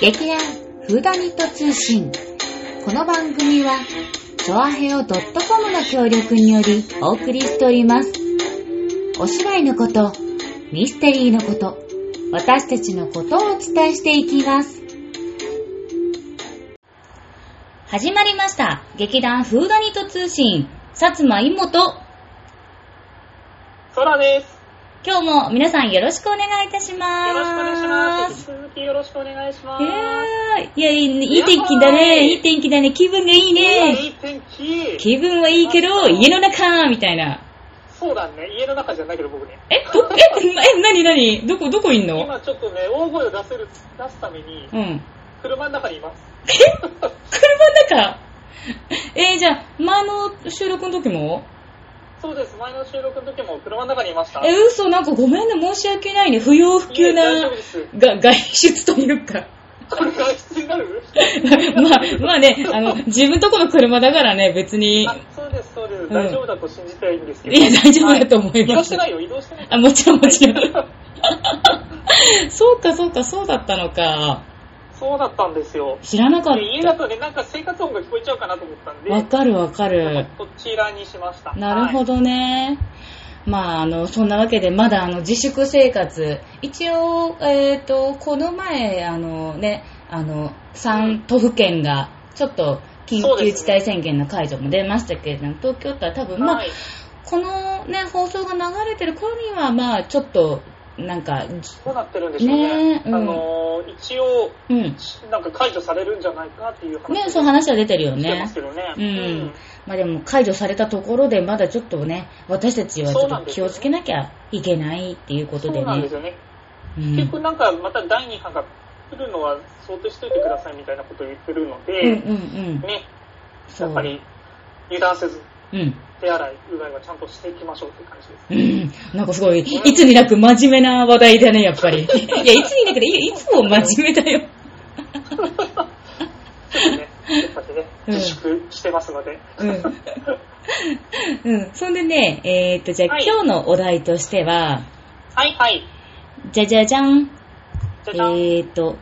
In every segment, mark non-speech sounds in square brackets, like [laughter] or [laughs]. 劇団フーダニット通信。この番組は、チョアヘオ .com の協力によりお送りしております。お芝居のこと、ミステリーのこと、私たちのことをお伝えしていきます。始まりました。劇団フーダニット通信。薩摩妹。空です。今日も皆さんよろしくお願いいたします。よろしくお願いします。引き続きよろしくお願いします。えーいや、いいいい天気だやばね。いいい天気だね。気分がいいいね。い天気。気分はいいけど、家の中みたいな。そうだね。家の中じゃないけど僕ね。え、ど、え、え、なになにどこ、どこいんの今ちょっとね、大声を出せる、出すためにう、ん。車の中にいます。車の中えーじゃあ、前の収録の時もそうです。前の収録の時も車の中にいました。え、嘘、なんかごめんね。申し訳ないね。不要不急いえ大丈な夫です。が外出というか。 [laughs] これ外出になるまあ、まあね、あの、自分とこの車だからね、別に。あ、そうです、そうです。ん大丈夫だと信じてはいいんですけど。いや、大丈夫だと思はい移動ましすて。ないよ、移動してない。あ、もちろんもちろん。そうか、そうか、そうだったのか。そうだったんですよ。知らなかっで家だとね、なんか生活音が聞こえちゃうかなと思ったんでた。、わかるわかる。こちらにしました。なるほどね。まあ、あの、そんなわけで、まだあの、自粛生活。一応、えっ、と、この前、あのね、あの、3都府県が、ちょっと、緊そう急ですね事態宣言の解除も出ましたけれども、東京都は多は分、い。まあは、いこのね、放送が流れてる頃には、まあ、ちょっと、なんか、どうなってるんでしょうね。ねえうんあのー一応、うん。なんか解除されるんじゃないかっていう話ね、そういう話は出てるよしてまねす。けどね。うん。まあでも解除されたところでまだちょっとね、私たちはちょっと気をつけなきゃいけないっていうことそでうなんでねす。よね。うん結局なんかまた第2波が来るのは想定しといてくださいみたいなことを言ってるうのんうで、んうん。ね、そやう。っぱり油断せずうん。手洗い、うがいはちゃんとしていきましょうっていう感じです。うん、なんかすごい、いつになく真面目な話題だね、やっぱ [laughs] り。いや、いつになくで、いいつも真面目だよ。ちょっとね、やっぱりね、 [laughs] うん自粛してますので。うん。うん。そんでね、えー、っと、じゃあ、はい今日のお題としては、はいはい。じゃじゃじゃん。じゃじゃん。えー、っと、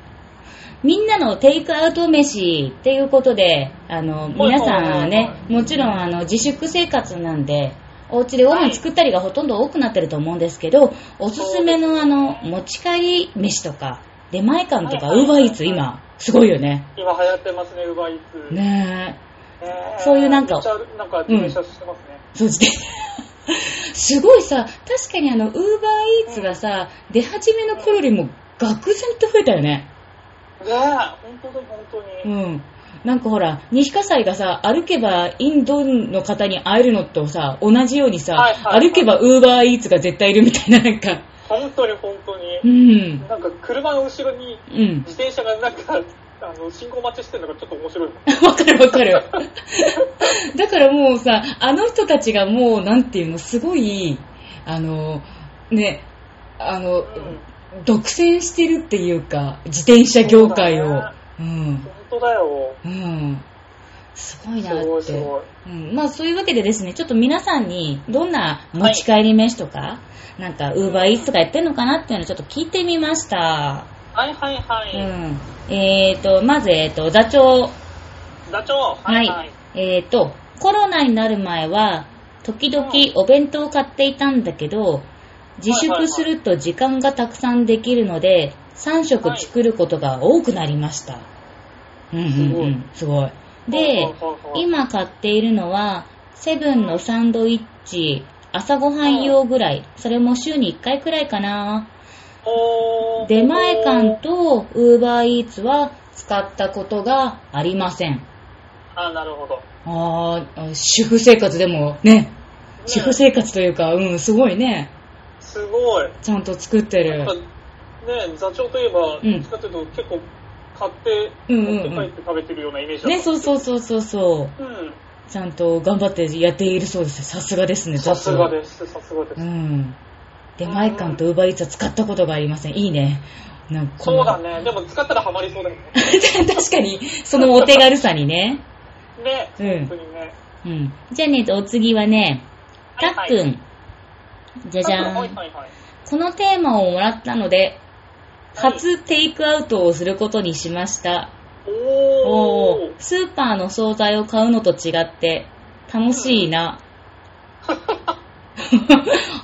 みんなのテイクアウト飯っていうことで、あの、いはい皆さんねは、もちろんあの自粛生活なんで、お家でごは飯い作ったりがほとんど多くなってると思うんですけど、おすすめのあの、持ち帰り飯とか、出前館とか、はいウーバはーいイーツ今、すごいよね。今流行ってますね、ウバイツ。ねえ。ねそういうなんかめっちゃなんか自転車してますね。そう自転車 [laughs] すごいさ、確かにあの、ウーバーイーツがさ、出始めの頃よりも、愕然と増えたよね。ねえ、本当だ、本当に。うん。なんかほら、西葛西がさ、歩けばインドの方に会えるのとさ、同じようにさ、はいはいはい歩けばウーバーイーツが絶対いるみたいな、なんか。本当に本当うに。ん。なんか車の後ろにうん。 [laughs] 自転車がなんか、あの、信号待ちしてるのがちょっと面白い。わかるわかる。 [laughs] だからもうさ、あの人たちがもう、なんていうの、すごい、あの、ね、あの、うん独占してるっていうか、自転車業界を。そううだねん。本当だよ。うん。すごいなって。すごいすごい。うん、まあそういうわけでですね、ちょっと皆さんにどんな持ち帰り飯とか、なんかウーバーイーツとかやってんのかなっていうのをちょっと聞いてみました。はいはいはうん。い。えーと、まず、えーと、座長。座長、はいはい。えーと、コロナになる前は、時々お弁当を買っていたんだけど、自粛すると時間がたくさんできるので、3食作ることが多くなりました。うんうんうん、すごい。で、ほうほうほう、今買っているのは、セブンのサンドイッチ、朝ごはん用ぐらい、それも週に1回くらいかな。おー出前館とウーバーイーツは使ったことがありません。あ、なるほど。ねあー、主婦生活でもね、主婦生活というか、うん、すごいね。すごい。ちゃんと作ってなるんか。ね座長といえば、うんどっちかというと結構買って、うんうんうん持って帰って食べてるようなイメージだったね、そうそうそうそうそう。うん。ちゃんと頑張ってやっているそうです。さすがですね、さすがす。です、さすがですう。ん。出前館とウーバーイーツは使ったことがありません。いいね。なんかこのそうだね。でも使ったらハマりそうだよね。 [laughs] 確かに、そのお手軽さにね。ね、うん本当にね。うん。じゃあね、お次はね、たっくはいはい。ん。じゃじゃはいはーいん。はい。このテーマをもらったので、初テイクアウトをすることにしました。おおーー、スーパーの惣菜を買うのと違って、楽しいな。 [laughs]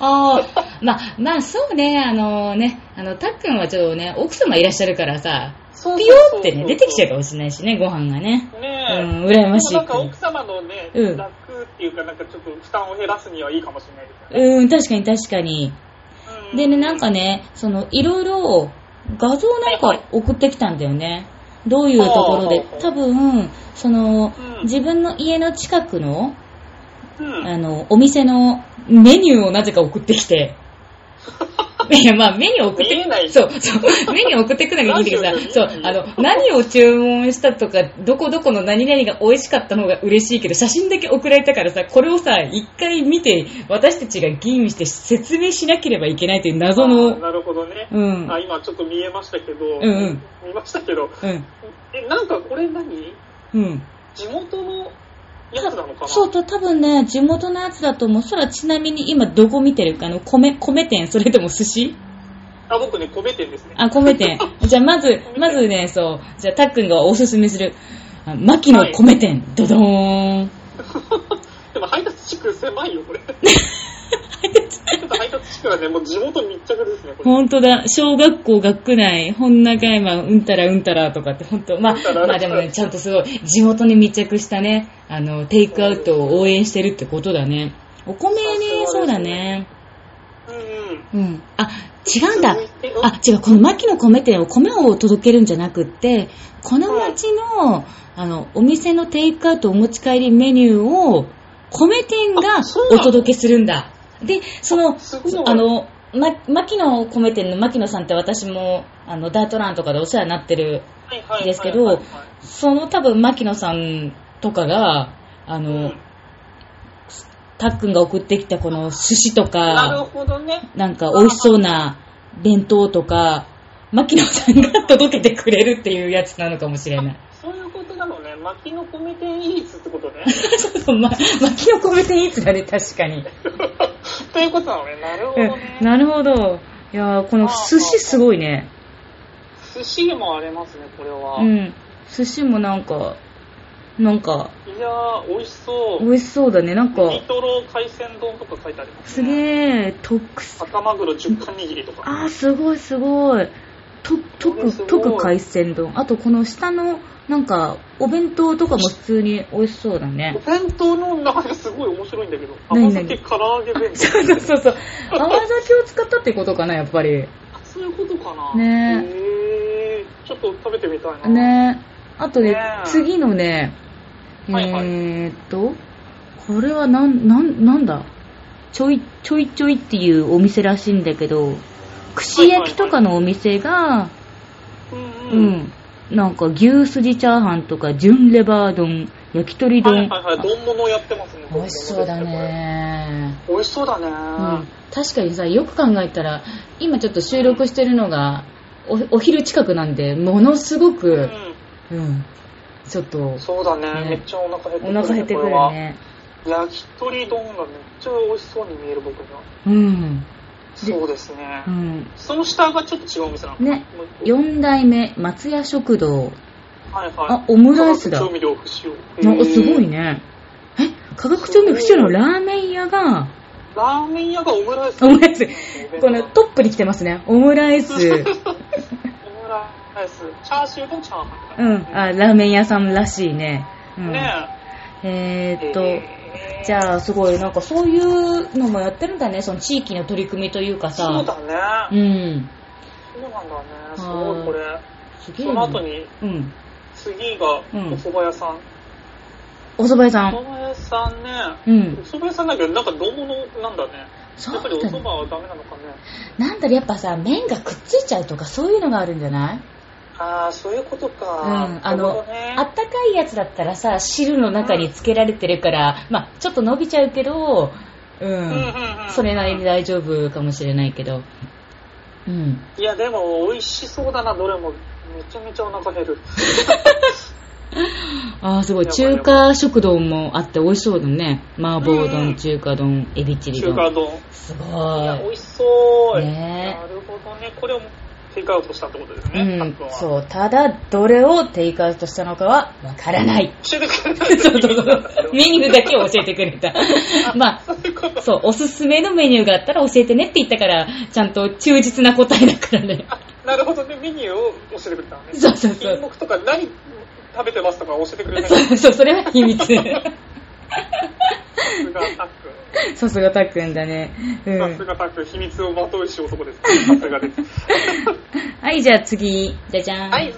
ああ、まあ、まあそうね、あのね、あの、たっくんはちょっとね、奥様いらっしゃるからさ、そうピそうヨそうそうってね、出てきちゃうかもしれないしね、ご飯がね。うねえ。ん、羨ましでもなんかい奥。様のね、うん楽っていうか、なんかちょっと負担を減らすにはいいかもしれないですよね。うん、確かに確かに。うでね、なんか、ね、その、いろいろ画像なんか送ってきたんだよね。どういうところでほうほうほ。う多分、その、うん自分の家の近くの、うん、あの、お店のメニューをなぜか送ってき [laughs] て。いや、まあ、メニュー送って見えないそう、そう、 [laughs] メニュー送ってくのがいいんだけどさ、ラジそうオ、あだよの、何を注文したとか、どこどこの何々が美味しかったのが嬉しいけど、写真だけ送られたからさ、これをさ、一回見て、私たちが吟味して説明しなければいけないという謎あーの、なるほどね。うんあ、今ちょっと見えましたけど、うんうん見ましたけど、うん、え、なんかこれ何うん。地元のやつなのかなそうと、多分ね、地元のやつだと思う。そら、ちなみに今どこ見てるか、あの、米、米店、それとも寿司あ、僕ね、米店ですね。あ、米 [laughs] 店。じゃあ、まず、まずね、そう。じゃあ、たっくんがおすすめする、あ牧野米店、ドドーン。でも配達地区狭いよ、 [laughs] これ。ちょっと配達地区はね、もう地元密着ですね、これ。ほんとだ、小学校学区内、本中山、うんたらうんたらとかって、ほんと、まあうんた、らまあでもね、ちゃんとすごい、地元に密着したね、あの、テイクアウトを応援してるってことだね。お米ね、そそうそうですねうだね。うんうん。うん。あ、違うんだ続いて。あ、違う。この牧野米店は米を届けるんじゃなくって、この町の、あの、お店のテイクアウトお持ち帰りメニューを、米店があそうなおの届けするんだ。で、そのすごい、あの、ま、牧野米店の牧野さんって私も、あの、ダートランとかでお世話になってる、はいはいはいはいはいですけどその多分牧野さんとかが、あうのん、たっくんが送ってきたこの寿司とか、なるほどね。なんか美味しそうな弁当とか、牧野さんが届けてくれるっていうやつなのかもしれない。そういうことなのね。薪の米店イーツってことね。 [laughs] そうそう、ま、牧野米店いつだね、確かに。ということなのね。なるほどね。なるほど。いやーこの寿司すごいね。寿司でもありますね、これは。うん。寿司もなんか、なんか、いやー、美味しそう。美味しそうだね。なんか、ニトロ海鮮丼とか書いてあります、すね。げー、特す、赤マグロ10貫握りとか。あー、すごいすごい。と、とこれく、すごいとく海鮮丼。あとこの下の、なんか、お弁当とかも普通に美味しそうだねお。弁当の中がすごい面白いんだけど。何甘何酒唐揚げ弁 [laughs] そうそうそうそう。泡酒を使ったってことかな、やっぱり。当。そういうことかな。ねえ。ちょっと食べてみたいな。ねあとね、ねえ次のね、えはいはいーっと、これはなん、なん、なんだちょい、ちょいちょいっていうお店らしいんだけど、串焼きとかのお店が、うんううん。ん、なんか牛すじチャーハンとか、純レバー丼、焼き鳥はいはい丼。はい。丼物やってますね。美味しそうだね。これ。美味しそうだね。うん確かにさよく考えたら今ちょっと収録してるのがおお昼近くなんでものすごうく、んうんちょっとそうだねねめっちゃお腹減ってお腹減ってくるこれはね焼き鳥丼がめっちゃ美味しそうに見える僕には。うん、そうですねう。ん、その下がちょっと違うお店なのねもう一個4代目松屋食堂はいはい。あオムライスだ化学調味料不使用。なんかすごいね。ねえ化学調味料不使用のラーメン屋がラーメン屋がオムライス。オムライススこのトップに来てますねオムライス [laughs] オムライス。チャーシューとチャーハうン。んあラーメン屋さんらしいね、うん、ねええ。ーっと、えーじゃあすごいなんかそういうのもやってるんだねその地域の取り組みというかさそうだうね。んそうなんだね。すごいこれ。すげえそなの後に、うん次がおうん蕎麦屋さん。お蕎麦屋さお蕎ん麦屋さんね。うんお蕎麦屋さんだけど、なんか丼物なんだね。そやっぱりおう蕎だ麦ねはダメなのかね。なんだろうやっぱさ麺がくっついちゃうとかそういうのがあるんじゃないああ、そういうことうか。んあなるのほどねあったかいやつだったらさ汁の中につけられてるからまあちょっと伸びちゃうけどううんうんんうんそれなりに大丈夫かもしれないけどうんいや、でも、美味しそうだな、どれも。めちゃめちゃお腹減る。ああすごいやばいやば中い華食堂もあって美味しそうだね麻婆丼中華丼エビチリ中華丼丼。すいごや、い美味しそう。ねえなるほどね。これをテイクアウトしたってことですうね、んカップは、そう。ただ、どれをテイクアウトしたのかはわからない。教えてくれな [laughs] いそうそうそう。メニューだけを教えてくれた。まそういうことあ、そう、おすすめのメニューがあったら教えてねって言ったから、ちゃんと忠実な答えだから [laughs] ね。なるほどね、メニューを教えてくれたのね。そうそうそう品目とか何食べてますとか教えてくれないそう、そう、それは秘密。さすがタッ [laughs] ク。さすがたっくんだね。うん。さすがタック、秘密をまといし男で [laughs] す。さすがです。はい、じゃあ次、じゃじゃん。はい、え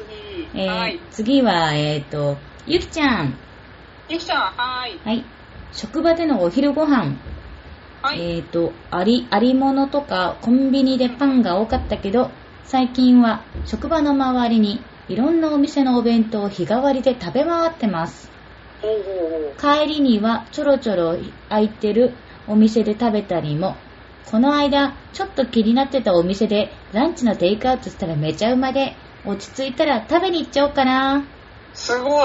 次。ーはい。次は、えっ、と、ゆきちゃん。ゆきちゃん、はい。はい。職場でのお昼ご飯。はい。えっ、と、あり、ありものとかコンビニでパンが多かったけど、最近は職場の周りにいろんなお店のお弁当を日替わりで食べ回ってます。ほうほうほう。帰りにはちょろちょろ空いてるお店で食べたりも、この間ちょっと気になってたお店でランチのテイクアウトしたらめちゃうまで、落ち着いたら食べに行っちゃおうか [laughs] な。すごい。も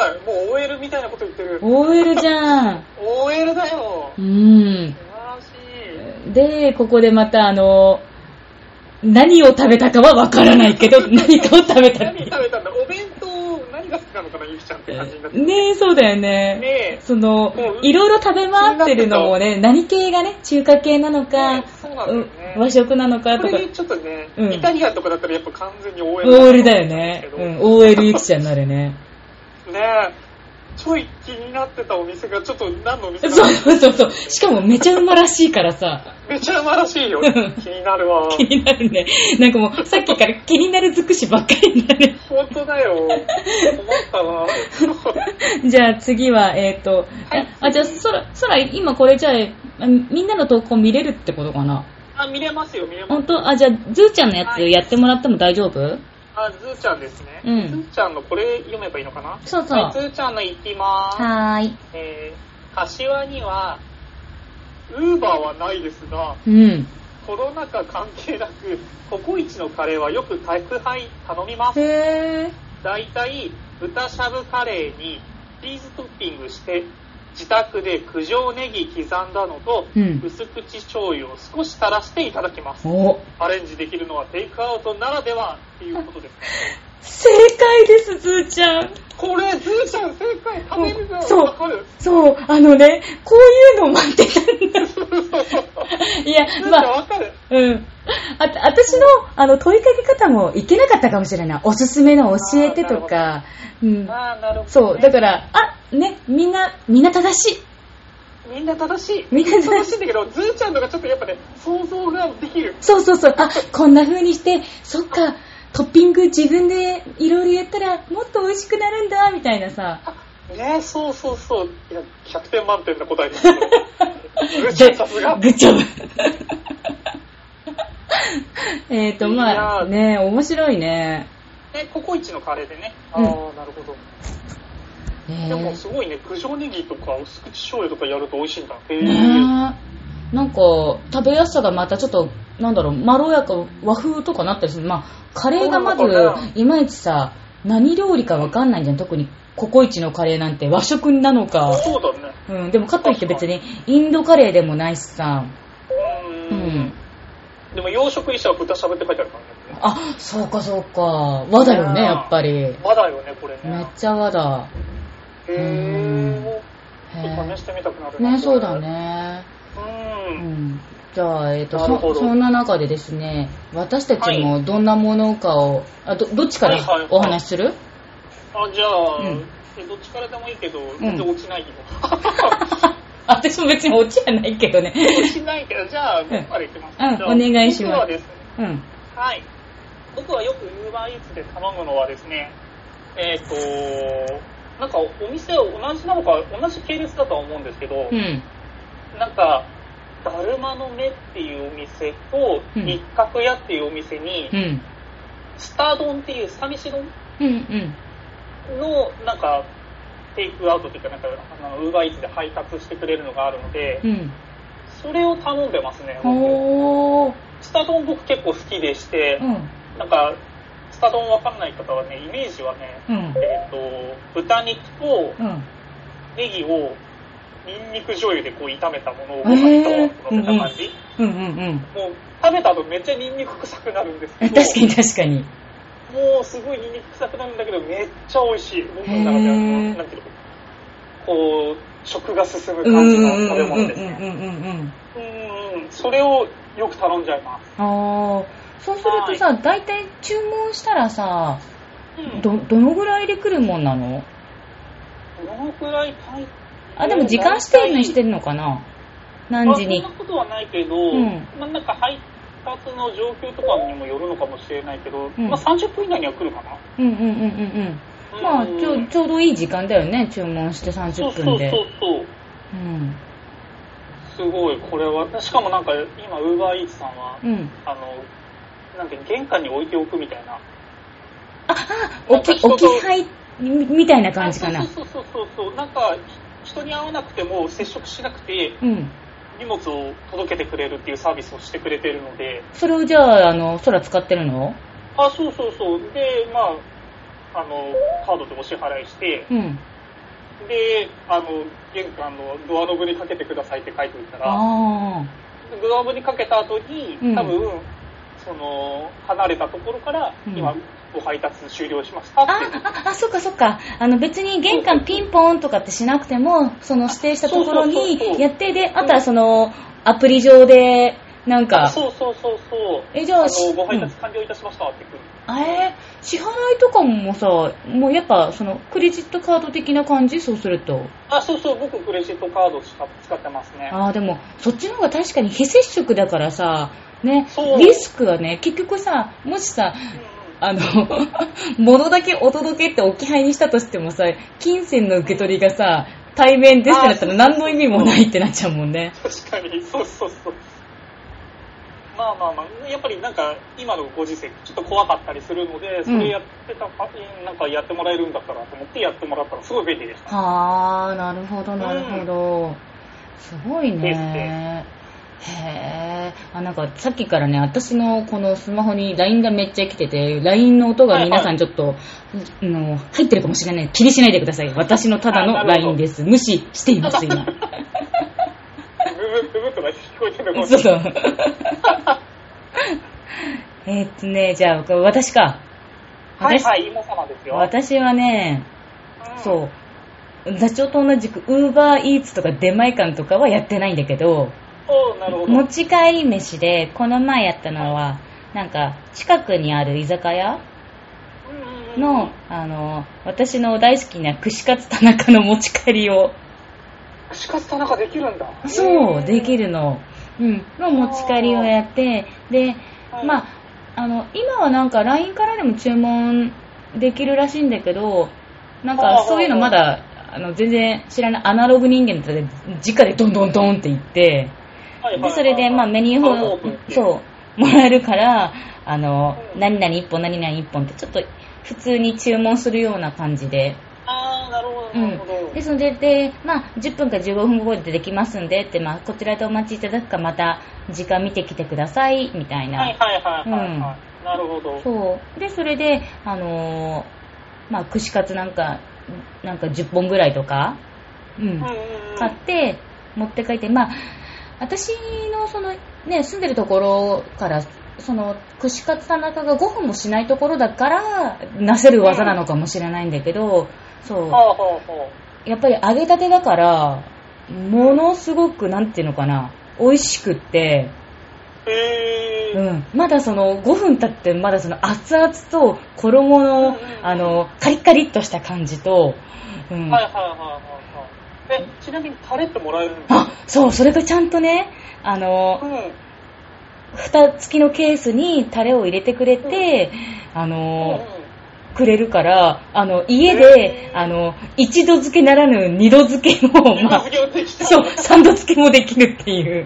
う OL みたいなこと言ってる。 OL じゃん。 OL だよう。ーん素。晴らしい。で、ここでまたあの、何を食べたかはわからない [laughs] けど、何かを食べたっ何てい食べたんだお弁当、何が好きなのかな、ゆきちゃんって感じになってう。ねえ、そうだよね。ねえそのう、んいろいろ食べ回ってるのもね、何系がね、中華系なのか、ねそうなんだよねうん和食なのかことかれ、でちょっとね、うんイタリアンとかだったらやっぱ完全に OL だと思うん OL ですだよねけ。どうん、OL ゆきちゃんになるね。ねえ、ちょい気になってたお店がちょっと何のお店そうなのかそうそうそう。しかもめちゃうまらしいからさ、めちゃうまらしいよ。気になるわ。気になるね。なんかもう、さっきから気になる尽くしばっかりになる。本当だよ。困ったな。 [laughs] じゃあ次は、えっ、と、はいあ、じゃあ、そら、そら、今これじゃあ、あみんなの投稿見れるってことかなあ、見れますよ、見れま本す。当あ、じゃあ、ズーちゃんのやつはいやってもらっても大丈夫、あ、ずーちゃんですね。うんずーちゃんのこれ読めばいいのかなそうそう。はい、はずーちゃんの行きまーす。ーい。えー、柏には、ウーバーはないですが、うん。コロナ禍関係なく、ココイチのカレーはよく宅配頼みます。へー。だいたい豚しゃぶカレーにチーズトッピングして、自宅で九条ネギ刻んだのと、うん薄口醤油を少し垂らしていただきます。お、アレンジできるのはテイクアウトならではっていうことですね。正解です、ズーちゃん。 [laughs] これ、ずーちゃん正解食べるぞそうわか [laughs] るそう、あのね、こういうの待って [laughs] たんだ。そうそうそう。いやず、ーちまゃんあ、わかるうん。あと、私の、あの、問いかけ方もいけなかったかもしれない。おすすめの教えてとか、うん。ああ、なるほど、ね。そう、だから、あ、ね、みんな、みんな正しい。みんな正しい。みんな正正しいしいんだけど、ずーちゃんのがちょっとやっぱね、想像ができる。そうそうそう、あ、こんな風にして、そっか、トッピング自分でいろいろやったらもっと美味しくなるんだ、みたいなさ。ねそうそうそう。いや、100点満点の答 [laughs] えです。 [laughs] ずーちゃんさすが。グッジョブ。 [laughs] えっと、まあ、いやーね面白いね。ね、ココイチのカレーでね。あうあ、んなるほど。ねでもすごいね、九条ネギとか薄口醤油とかやると美味しいんだ。へええ。ねえなんか、食べやすさがまたちょっと、なんだろう、まろやか、和風とかなったりする。まあ、カレーがまずそうなのかないまいちさ、何料理かわかんないじゃん。特に、ココイチのカレーなんて和食なのか。そうだね。うん、でもかといって別にインドカレーでもないしさ、う。うんん、でも洋食医者は豚しゃぶって書いてあるからね。あそうかそうか和だよねやっぱりまだよね、これめっね。ちゃ和だへえ。へちょっと試えしてみたくなるなねそうだ。ねう。うんんじゃあ、えっとなるほそどそんな中でですね私たちはもどんなものかをあどどっちかはらいはいはいお話しするあ、じゃあ、うんえどっちからでもいいけど、全然落ちないよ。 [laughs] あ私も別にオチはないけどね [laughs] 落ちないけど、じゃあ、僕からいきます。うんうんじゃあお願いします僕はですね、うんはい。僕はよく UberEats で頼むのはですね、えっ、と、なんかお店同じなのか、同じ系列だとは思うんですけど、うんなんか、だるまの目っていうお店と、うん一角屋っていうお店に、うんスター丼っていう寂し丼うんうんの、なんか、テイクアウトというか、なんか、あの、ウーバーイーツで配達してくれるのがあるので、うんそれを頼んでますね、僕。ほースタ丼僕結構好きでしてう、んなんか、スタ丼わかんない方はね、イメージはね、うんえっ、と、豚肉とうんネギを、ニンニク醤油でこう炒めたものをご飯とへー乗せた感じ。うんうんうんもう食べた後めっちゃニンニク臭くなるんですけ確ど。かに確かにもうすごいニンニク臭くなるんだけど、めっちゃ美味しい。僕の中では、へーなんていうのこう、食が進うむんう感じんのうん食うべんうん物うですね。んうんうん、それをよく頼んじゃいます。うん。ああ。そうするとさ、大体注文したらさ、うん、どど、どのぐらいで来るもんなののくらい大いあ、でも時間指定にしてるのかな何時にまあ。そんなことはないけど、んまあ、なんか配達の状況とかにもよるのかもしれないけど、うんまあ30分以内には来るかな。うんうんうんうんうん。まあ、うんちょ、ちょうどいい時間だよね、注文してそう30そ分うそうで。そう。うん。すごい、これは、しかもなんか今、ウーバーイーツさんは、うん。あの、なんか玄関に置いておくみたいな。置き、置き配みみたいな感じかなあ。そうそうそうそうそう。なんか、ひ人に会わなくても接触しなくてうん。荷物を届けてくれるっていうサービスをしてくれてるので、それをじゃあ、あの、空使ってるのあ、そうそうそう。で、まあ、あの、カードでお支払いして、うん。で、あの、玄関のドアノブにかけてくださいって書いておいたら、あドアノブにかけた後にうん、多分、その、離れたところから、うん今、ご配達終了しましたっあ。てあ、あ、あ、そっかそっか。あの、別に玄関ピンポーンとかってしなくても、その指定したところそうそうそうそにうやって、で、あとはその、アプリ上で、なんか、そうそうそうそう。えじゃあのしご配達完了いたしましたって来る。あれ、支払いとかもさ、もうやっぱ、その、クレジットカード的な感じそうすると。あ、そうそう、僕クレジットカードしか使ってますね。ああ、でも、そっちの方が確かに非接触だからさ、ねそ、うリスクはね、結局さ、もしさ、うんうんあの、 [laughs] 物だけお届けって置き配にしたとしてもさ、金銭の受け取りがさ、対面ですってなったらあー何の意味もないってなっちゃうもんね。確かに、そうそうそう。まあまあまあ、やっぱりなんか、今のご時世、ちょっと怖かったりするので、それやってた、なんかやってもらえるんだったらと思ってやってもらったら、すごい便利でした。はあ、なるほど、なるほど。すごいですね。へえ。あ、なんかさっきからね、私のこのスマホに LINE がめっちゃ来てて、LINE の音が皆さんちょっと、あの入ってるかもしれない。気にしないでください。私のただのあなるほど LINE です。無視しています、 [laughs] 今。ブブブブとか聞こえてるのそう [laughs] そう。えーっとね、じゃあ、これ私か。はい私、はい、芋様ですよ。私はね、うんそう。座長と同じく、ウーバーイーツとか出前館とかはやってないんだけど、おうなるほど。持ち帰り飯で、この前やったのは、なんか、近くにある居酒屋うんうんうんの、あの、私の大好きな串カツ田中の持ち帰りを、串カツ田中できるんだ。そう、できる。るの。うん、の持ち帰りをやって、で、はいまあ、あの、今はなんか LINE からでも注文できるらしいんだけど、なんはあはかあそういうのまだ、あの、全然知らないアナログ人間だったら、直でドンドンドンって言って、はいはいはいで、はいそれで、まあ、メニューあオをープンって、そう、もらえるから、あの、うん何々一本、何々一本って、ちょっと、普通に注文するような感じで。ああ、なるほど、うなるほど。ん。ですので、で、まあ、10分か15分後でできますんで、って、まあ、こちらでお待ちいただくか、また、時間見てきてください、みたいな。はいはいはいはい、はいなるほど。そう。で、それで、あのーまあ、串カツなんか、なんか10本ぐらいとか、うん、うんうんうん買って、持って帰って、まあ、私のその、ね、住んでるところから、その、串カツ田中が5分もしないところだから、なせる技なのかもしれないんだけど、そう。はあはあはあ。やっぱり揚げたてだから、ものすごく、なんていうのかな、美味しくって、へーうん、まだその5分経ってまだその熱々と衣うんうんのうんあのカリッカリっとした感じと、うんはいはいはいはいはい。え、ちなみにタレってもらえるのあそうそれがちゃんとねあうのん。蓋付きのケースにタレを入れてくれて、あのうくれるからあの家でへーあの一度漬けならぬ二度漬けの、ん。ままあ、[laughs] をできた。そう三度漬けもできるっていう。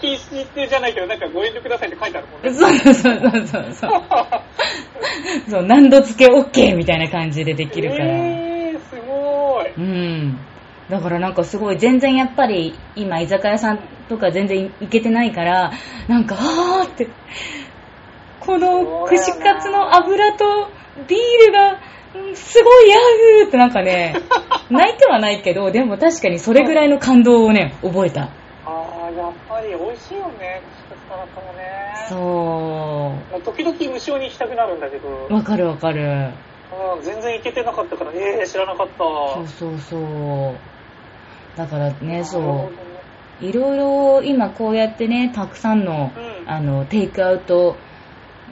禁止ってじゃないけど、なんかご遠慮くださいって書いてあるもんそうね。そうそうそうそうそう何度漬け OK みたいな感じでできるから。えー、すごい。うん。だからなんかすごい全然やっぱり今居酒屋さんとか全然行けてないからなんかあーってこの串カツの油とビールがうんすごいヤーってなんかね泣いてはないけどでも確かにそれぐらいの感動をね覚えたああ、やっぱり美味しいよね、串カツ田中もね。そもう時々無償に行きたくなるんだけど、う。わかるわかる。うん全然行けてなかったから、ええー、知らなかった。そうそうそう。だからね、なるほそどねう。いろいろ今こうやってね、たくさんの、うんあの、テイクアウト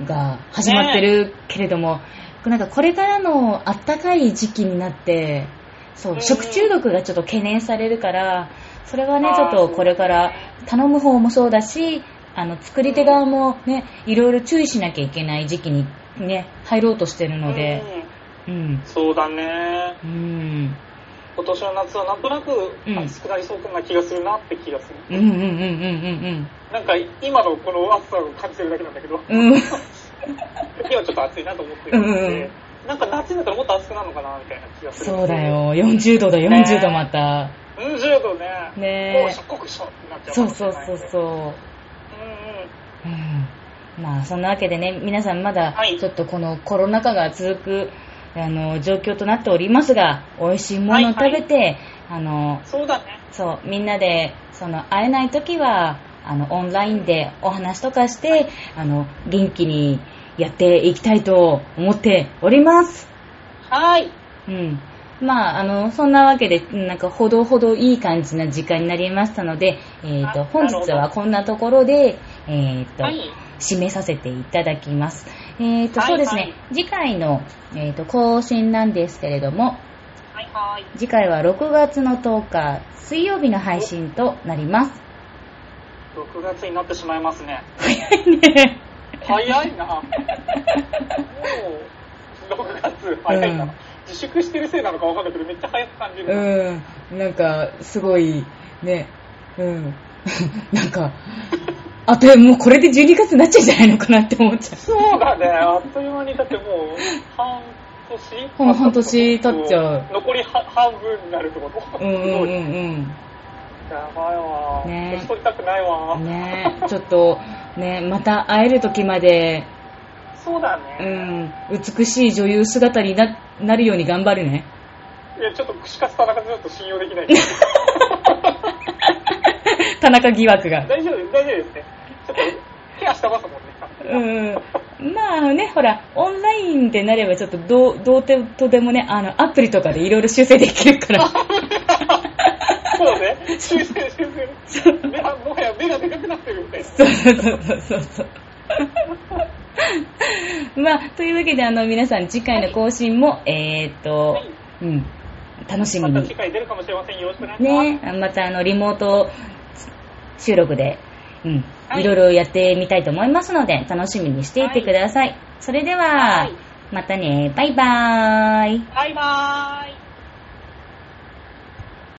が始まってるけれども、なんかこれからのあったかい時期になって、そうう、ん食中毒がちょっと懸念されるから、それはねあ、ーちょっとこれから頼む方もそうだし、あの、作り手側もね、いろいろ注意しなきゃいけない時期にね、入ろうとしてるので、うんうん、。そうだね。うん。今年の夏はなんとなくうん暑くなりそうな気がするなって気がする。うんうんうんうんなんか今のこの暑さを感じてるだけなんだけど、うんうん。うん。今ちょっと暑いなと思ってるので、うんうんなんか夏になったらもっと暑くなるのかなみたいな気がする。そうだ。よ。40度だ、40度また。うん、10度ね。もうねしょっこくしょってなっちゃうかそうもしそれうないそねうそう。うんうん。うん。まあ、そんなわけでね、皆さんまだはい、ちょっとこのコロナ禍が続く、あの、状況となっておりますが、美味しいものを食べて、あの、そうだね。そう、みんなで、その、会えないときは、あの、オンラインでお話とかして、あの、元気にやっていきたいと思っております。はい。うん。まあ、あの、そんなわけで、なんか、ほどほどいい感じな時間になりましたので、えっ、と、あ本日はこんなところで、えっ、と、はい。締めさせていただきます。えっ、と、はいそうですね、はい次回の、えっ、と、更新なんですけれども、はいはい。次回は6月の10日、水曜日の配信となります。 [laughs] 6月になってしまいますね。ね早 [laughs] いな。もう、6月、早いな。うん自粛してるせいなのかわかんないけど、めっちゃ早く感じる。うん、なんか、すごい、ね、うん、 [laughs] なんか、あと、もうこれで12月になっちゃうんじゃないのかなって思っちゃう。そうだね、あっという間に、だってもう、半年ほん半年経っちゃう残りは半分になるってこうと。んうんうやんばいわ。ね年取りたくないわ。うん。ねえちょっと、ねまた会える時まで、そうだうね。ん、美しい女優姿にななるように頑張るね。いや、ちょっと串カツ田中だと信用できないけど。 [laughs] 田中疑惑が。大丈夫、大丈夫ですね。ちょっと、ケアしてますもんね。うん。まあ、あのね、ほら、オンラインでなればちょっとどう、どうてとでもね、あの、アプリとかでいろいろ修正できる [laughs] から。そうだね。修正、修正。目がもはや目がでかくなってるみたいな。そうそうそうそう [laughs] そう。まあ、というわけで、あの、皆さん次回の更新も、えーっと、はいうん、楽しみまた次に。回出るかもしれません。よろしくお願いしまね、す。またあの、リモート収録で、うん、はいいろいろやってみたいと思いますので、楽しみにしていてください。それでは、はいまたね、バイバーイ。バイバーイ。